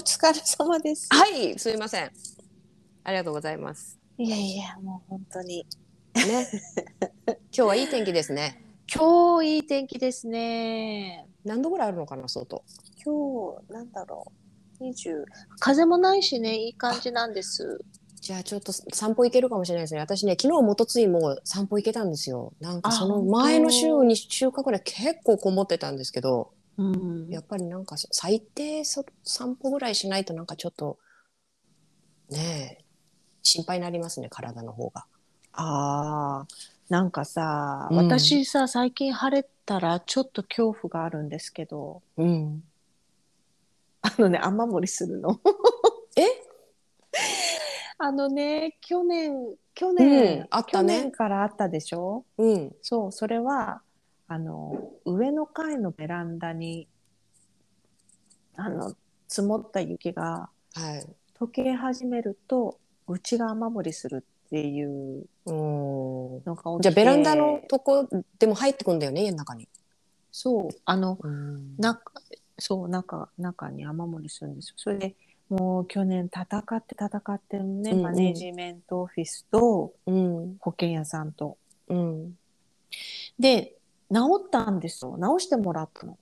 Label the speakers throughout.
Speaker 1: 疲れ様です。
Speaker 2: はい、すいません。ありがとうございます。
Speaker 1: いやいや、もう本当に。
Speaker 2: ね。今日はいい天気ですね。
Speaker 1: 今日いい天気ですね。
Speaker 2: 何度ぐらいあるのかな、外。
Speaker 1: 今日、なんだろう。20風もないしね、いい感じなんです。
Speaker 2: じゃあちょっと散歩行けるかもしれないですね。私ね、昨日もとついもう散歩行けたんですよ。なんかそ
Speaker 1: あ
Speaker 2: の
Speaker 1: 本当
Speaker 2: 前の週に週間ぐらい結構こもってたんですけど、
Speaker 1: うん
Speaker 2: やっぱりなんか最低そ散歩ぐらいしないとなんかちょっと、ねえ、心配になりますね、体の方が。
Speaker 1: ああ、なんかさ、
Speaker 2: うん
Speaker 1: 私さ、最近晴れたらちょっと恐怖があるんですけど、
Speaker 2: うん。
Speaker 1: あのね、雨漏りする の。
Speaker 2: え
Speaker 1: あのね、去年、去
Speaker 2: う
Speaker 1: 年、
Speaker 2: ん、あった
Speaker 1: 去年
Speaker 2: ね。
Speaker 1: からあったでしょ
Speaker 2: うん。
Speaker 1: そう、それは、あの、上の階のベランダに、あの、積もった雪が
Speaker 2: はい。
Speaker 1: 溶け始めると、うちが雨漏りするっていう
Speaker 2: うん。
Speaker 1: のが起きて
Speaker 2: じゃあベランダのとこでも入ってくんだよね家の中に。
Speaker 1: そう、あの、
Speaker 2: な
Speaker 1: 中そう中中に雨漏りするんですよ。それでもう去年戦って戦ってね、
Speaker 2: うんうん
Speaker 1: マネジメントオフィスと
Speaker 2: うん
Speaker 1: 保険屋さんと。
Speaker 2: うん
Speaker 1: で治ったんですよ治してもらったの。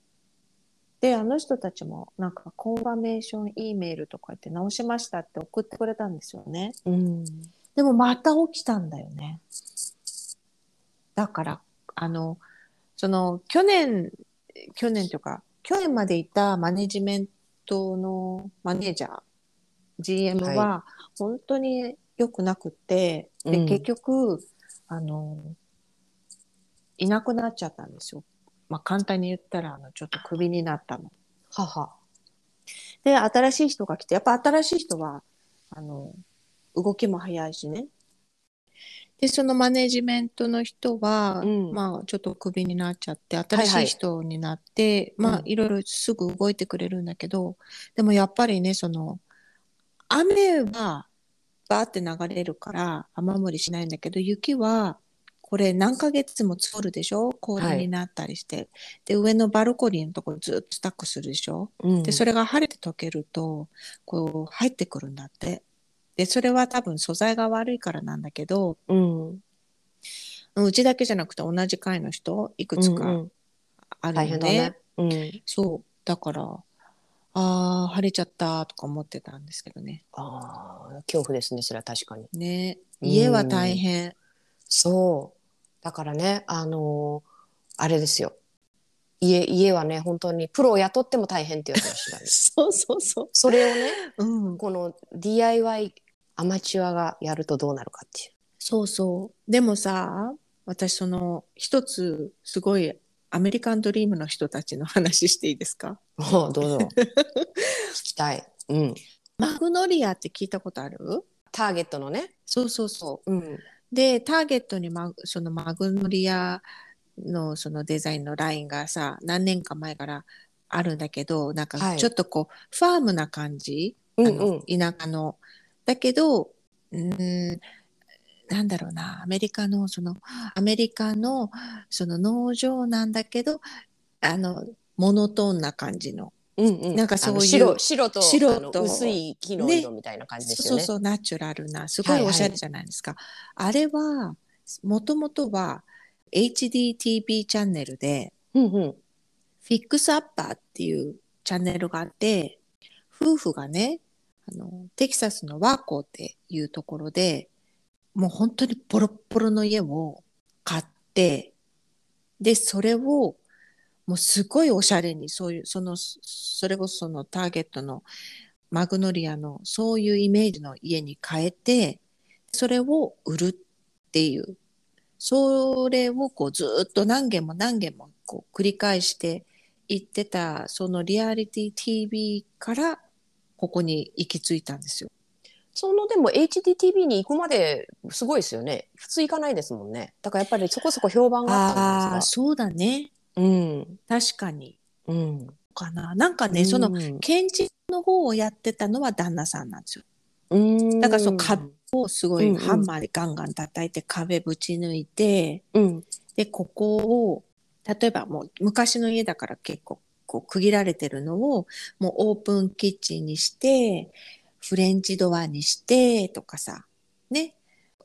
Speaker 1: であの人たちもなんかコンファメーション E メールとか言って直しましたって送ってくれたんですよね。
Speaker 2: うん
Speaker 1: でもまた起きたんだよね。だからあのその去年去年というか去年までいたマネジメントのマネージャー GM は本当に良くなくて、
Speaker 2: うん
Speaker 1: で結局あのいなくなっちゃったんですよ。まあ、簡単に言ったらあのちょっとクビになったの。
Speaker 2: 母
Speaker 1: で新しい人が来てやっぱ新しい人はあの動きも早いしねでそのマネジメントの人は、
Speaker 2: うん
Speaker 1: まあちょっとクビになっちゃって
Speaker 2: は
Speaker 1: 新
Speaker 2: い
Speaker 1: しい人になって、
Speaker 2: うん
Speaker 1: まあいろいろすぐ動いてくれるんだけど、でもやっぱりねその雨はバーって流れるから雨漏りしないんだけど雪はこれ何ヶ月も積もるでしょ氷になったりして、で上のバルコニーのところずっとスタックするでしょ、
Speaker 2: うん
Speaker 1: でそれが晴れて溶けるとこう入ってくるんだってでそれは多分素材が悪いからなんだけど
Speaker 2: うん
Speaker 1: うちだけじゃなくて同じ階の人いくつ
Speaker 2: うん
Speaker 1: か
Speaker 2: うん
Speaker 1: あるの
Speaker 2: 大
Speaker 1: で、
Speaker 2: 変だね。うん
Speaker 1: そうだからあー晴れちゃったとか思ってたんですけどね
Speaker 2: ああ恐怖ですねそれは確かに。
Speaker 1: ね
Speaker 2: うん
Speaker 1: 家は大変、
Speaker 2: そうだからねあのーあれですよ家家はね本当にプロを雇っても大変っていう話だ ね
Speaker 1: そうそうそ
Speaker 2: それをね
Speaker 1: う、うん、
Speaker 2: この DIY アマチュアがやるとどうなるかっていう。
Speaker 1: そうそうでもさ私その一つすごいアメリカンドリームの人たちの話していいですか
Speaker 2: もうどう ぞ聞きたい。うん。
Speaker 1: マグノリアって聞いたことある
Speaker 2: ターゲットのね。
Speaker 1: そうそうそう。
Speaker 2: うん。
Speaker 1: で、ターゲットにマグそのマグノリアのそのデザインのラインがさ、何年か前からあるんだけど、なん
Speaker 2: は
Speaker 1: か
Speaker 2: い
Speaker 1: ちょっとこう、ファームな感じ、
Speaker 2: う
Speaker 1: あ
Speaker 2: んうん
Speaker 1: の。田舎の。だけど、うーん、なんだろうな、アメリカのその、アメリカのその農場なんだけど、あの、モノトーンな感じの。
Speaker 2: うんうん、
Speaker 1: なんかそういう
Speaker 2: あの白白と
Speaker 1: 白
Speaker 2: あの
Speaker 1: と
Speaker 2: 薄い木の色みたいな感じです
Speaker 1: そ
Speaker 2: よ
Speaker 1: う
Speaker 2: ね。
Speaker 1: そうナチュラルなすご
Speaker 2: はいいはい
Speaker 1: おしゃれじゃないですか、あれはもともとは HDTV チャンネルで
Speaker 2: うんうん
Speaker 1: フィックスアッパーっていうチャンネルがあって夫婦がねあのテキサスのワーコーっていうところでもう本当にボロッボロの家を買ってでそれをもうすごいおしゃれにそういうそのそれこそそのターゲットのマグノリアのそういうイメージの家に変えてそれを売るっていうそれをこうずーっと何件も何件もこう繰り返していってたそのリアリティ TV からここに行き着いたんですよ。
Speaker 2: そのでも HDTV に行くまですごいですよね。普通行かないですもんね。だからやっぱりそこそこ評判があったん
Speaker 1: あー
Speaker 2: です
Speaker 1: そうだね
Speaker 2: が。うん
Speaker 1: 確かに
Speaker 2: うん。
Speaker 1: かななんかね、その建築の方をやってたのは旦那さんなんですよ。
Speaker 2: うん
Speaker 1: だからその壁をすごい
Speaker 2: うんうん
Speaker 1: ハンマーでガンガン叩いて壁ぶち抜いて、
Speaker 2: うん
Speaker 1: でここを例えばもう昔の家だから結構こう区切られてるのを、もうオープンキッチンにして、フレンチドアにして、とかさ、ね。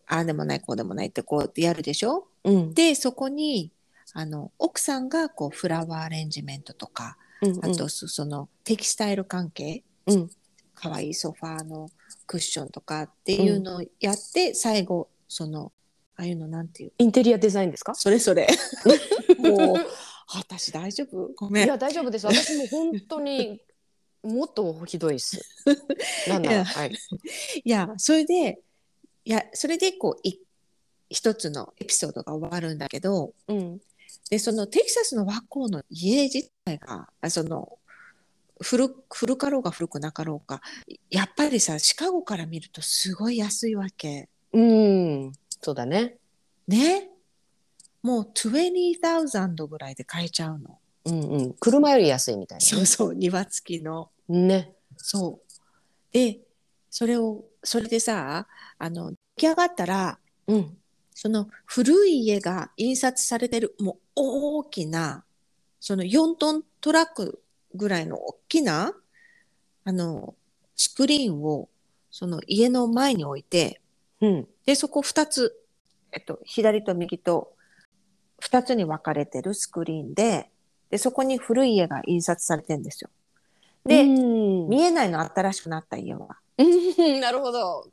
Speaker 1: ああでもない、こうでもないってこうやるでしょ
Speaker 2: うん。
Speaker 1: で、そこに、あの、奥さんがこうフラワーアレンジメントとか、
Speaker 2: うん
Speaker 1: あとそそのテキスタイル関係、
Speaker 2: うん
Speaker 1: かわいいソファーのクッションとかっていうのをやって、最後、その、ああいうのなんていう
Speaker 2: インテリアデザインですか
Speaker 1: それそ れ。
Speaker 2: もう
Speaker 1: 私大丈夫ごめ
Speaker 2: い
Speaker 1: ん。
Speaker 2: や大丈夫です私も本当にもっとひどいですな ん
Speaker 1: い
Speaker 2: だ
Speaker 1: や
Speaker 2: はい
Speaker 1: いや、それで、いや、それでこう、い一つのエピソードが終わるんだけど、
Speaker 2: うん
Speaker 1: で、そのテキサスの和光の家自体が、あその、古く古かろうが古くなかろうか、やっぱりさ、シカゴから見るとすごい安いわけ。
Speaker 2: うんそうだね
Speaker 1: ねもう20,000ぐらいで買えちゃうの。
Speaker 2: うんうん車より安いみたい
Speaker 1: そうそう、 庭付きの。
Speaker 2: なね
Speaker 1: そう。で、それを、それでさ、あの、出来上がったら、
Speaker 2: うん
Speaker 1: その古い家が印刷されてる、もう大きな、その4トントラックぐらいの大きな、あの、スクリーンを、その家の前に置いて、
Speaker 2: うん
Speaker 1: で、そこ2つ、えっと、左と右と2つに分かれてるスクリーンで、で、そこに古い家が印刷されてるんですよ。で、
Speaker 2: うん
Speaker 1: 見えないの新しくなった家は。
Speaker 2: うん なるほど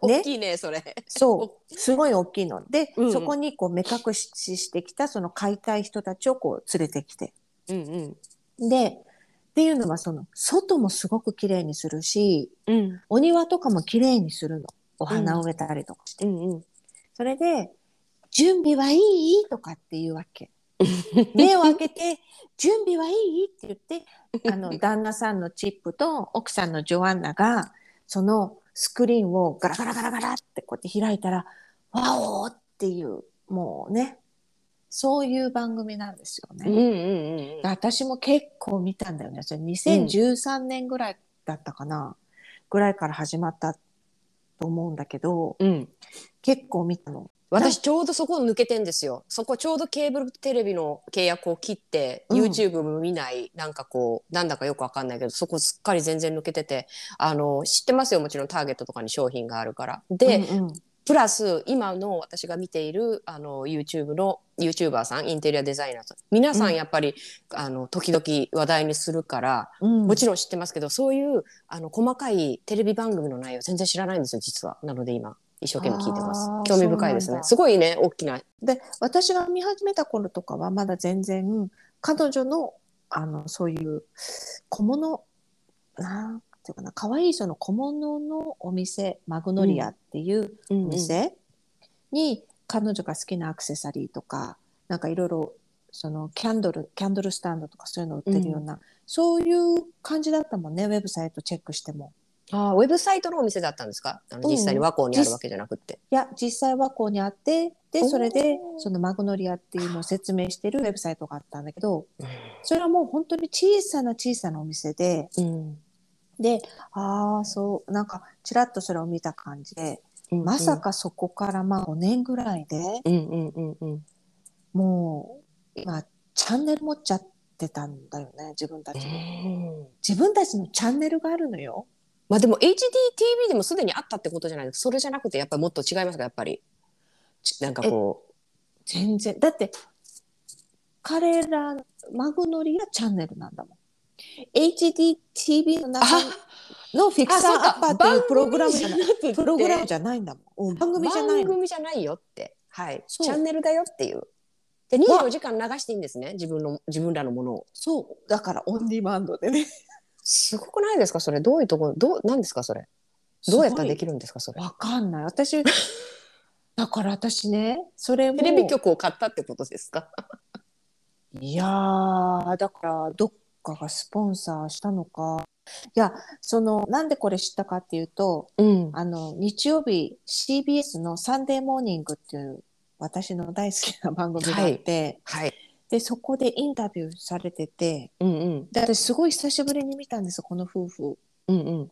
Speaker 2: 大きいねそれ
Speaker 1: そう、すごい大きいので、
Speaker 2: うんうん
Speaker 1: そこにこう目隠ししてきたその買いたい人たちをこう連れてきて。
Speaker 2: うんうん
Speaker 1: で、っていうのはその外もすごく綺麗にするし、
Speaker 2: うん
Speaker 1: お庭とかも綺麗にするの。お花を植えたりとかして。
Speaker 2: うんうん
Speaker 1: それで、準備はいいとかっていうわ け。目を開けて、準備はいいって言って、あ の、旦那さんのチップと奥さんのジョアンナが、そのスクリーンをガラガラガラガラってこうやって開いたら、ワオーっていう、もうね、そういう番組なんですよ
Speaker 2: うん
Speaker 1: ね。
Speaker 2: うんうん
Speaker 1: 私も結構見たんだよね。それ2013年ぐらいだったかな、ぐらいから始まったと思うんだけど、
Speaker 2: うん
Speaker 1: 結構見たの。
Speaker 2: 私ちょうどそこを抜けてんですよ。そこちょうどケーブルテレビの契約を切って、
Speaker 1: うん
Speaker 2: YouTube も見ない、なんかこう、なんだかよくわかんないけど、そこすっかり全然抜けてて、あの、知ってますよ、もちろんターゲットとかに商品があるから。で、
Speaker 1: うんうん
Speaker 2: プラス今の私が見ている、あの、YouTube の YouTuber さん、インテリアデザイナーさん、皆さ
Speaker 1: うん
Speaker 2: んやっぱり、あの、時々話題にするから、
Speaker 1: うん、
Speaker 2: もちろん知ってますけど、そういう、あの、細かいテレビ番組の内容全然知らないんですよ、実は。なので今、一生懸命聞いてます
Speaker 1: あー。
Speaker 2: 興味深いです
Speaker 1: そうなん
Speaker 2: ね。
Speaker 1: だ
Speaker 2: すごいね、大きな
Speaker 1: で私が見始めた頃とかはまだ全然彼女のあのそういう小物なんていうかな可愛いその小物のお店マグノリアっていう
Speaker 2: う
Speaker 1: お
Speaker 2: んうん
Speaker 1: 店に彼女が好きなアクセサリーとかなんかいろいろそのキャンドルキャンドルスタンドとかそういうの売ってるような、そういう感じだったもんねウェブサイトチェックしても。
Speaker 2: ああウェブサイトのお店だったんですかあの
Speaker 1: うん
Speaker 2: 実際に和光にあるわけじゃなくって。
Speaker 1: いや実際はこうにあってで
Speaker 2: おー
Speaker 1: それでそのマグノリアっていうのを説明してるウェブサイトがあったんだけどそれはもう本当に小さな小さなお店で
Speaker 2: うん
Speaker 1: でああそうなんかちらっとそれを見た感じでまさ。かそこからまあ5年ぐらいで
Speaker 2: うんうんうんうん。
Speaker 1: もう今チャンネル持っちゃってたんだよね自分たちの
Speaker 2: うん
Speaker 1: 自分たちのチャンネルがあるのよ。
Speaker 2: まあでも HDTV でもすでにあったってことじゃないですか。それじゃなくてやっぱりもっと違いますかやっぱり。ちなんかこ
Speaker 1: 全然だって彼らマグノリアチャンネルなんだもん HDTV の
Speaker 2: う。
Speaker 1: 中のフィクサーアッパーっていうプログラムじゃない
Speaker 2: い
Speaker 1: プログラム
Speaker 2: じ
Speaker 1: じゃないんだもんうん番
Speaker 2: ゃ
Speaker 1: 組じゃない
Speaker 2: 番
Speaker 1: の
Speaker 2: 組じゃないよって。はい。
Speaker 1: そう
Speaker 2: チャンネルだよっていう。で24時間流していいんですね。自分の自分らのものを。
Speaker 1: そうだからオンディマンドで ね
Speaker 2: すごくないですかそれ。どういうところどうなんですかそれ。どうやったらできるんですかそれ。
Speaker 1: わかんない 私だから私ねそれも
Speaker 2: テレビ局を買ったってことですか。
Speaker 1: いやーだからどっかがスポンサーしたのかいやそのなんでこれ知ったかっていうと
Speaker 2: うん。
Speaker 1: あの日曜日 CBS の「サンデーモーニング」っていう私の大好きな番組があって、
Speaker 2: はい。
Speaker 1: でそこでインタビューされてて
Speaker 2: うんうん。
Speaker 1: で私すごい久しぶりに見たんですよこの夫婦。
Speaker 2: うんうん。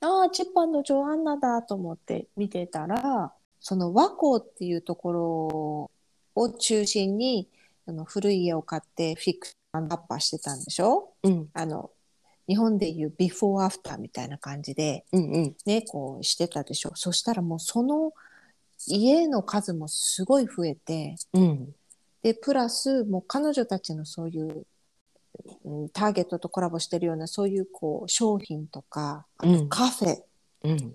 Speaker 1: ああチッパンのジョアンナだと思って見てたらその和光っていうところを中心にあの古い家を買ってフィクアンバッパーしてたんでしょ
Speaker 2: うん
Speaker 1: あの、日本でいうビフォーアフターみたいな感じで、
Speaker 2: うんうん
Speaker 1: ね、こうしてたでしょ。そしたらもうその家の数もすごい増えて、
Speaker 2: うん
Speaker 1: で、プラス、もう彼女たちのそういう、うんターゲットとコラボしてるような、そういうこう商品とか、あ
Speaker 2: う
Speaker 1: と
Speaker 2: ん
Speaker 1: カフェ、
Speaker 2: うん
Speaker 1: も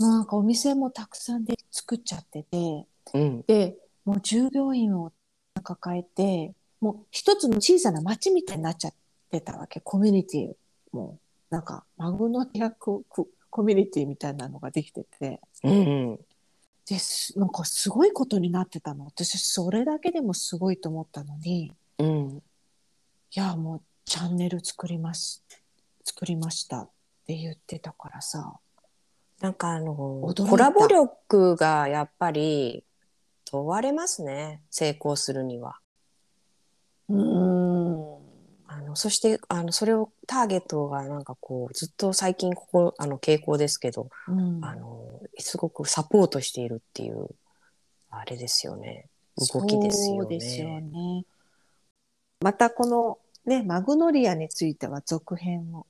Speaker 1: うなんかお店もたくさんで作っちゃってて、
Speaker 2: うん
Speaker 1: で、もう従業員を抱えて、もう一つの小さな町みたいになっちゃってたわけ、コミュニティも。なんか、孫の部屋ココミュニティみたいなのができてて、
Speaker 2: うん
Speaker 1: ですなんかすごいことになってたの。私、それだけでもすごいと思ったのに、
Speaker 2: うん
Speaker 1: いやもうチャンネル作ります作りましたって言ってたからさ
Speaker 2: なんかあのコ
Speaker 1: 驚いた
Speaker 2: ラボ力がやっぱり問われますね成功するには。
Speaker 1: うーん
Speaker 2: あのそしてあのそれをターゲットがなんかこうずっと最近ここあの傾向ですけど、
Speaker 1: うん
Speaker 2: あのすごくサポートしているっていうあれですよね動きですよね。
Speaker 1: そうですよねまたこのねマグノリアについては続編を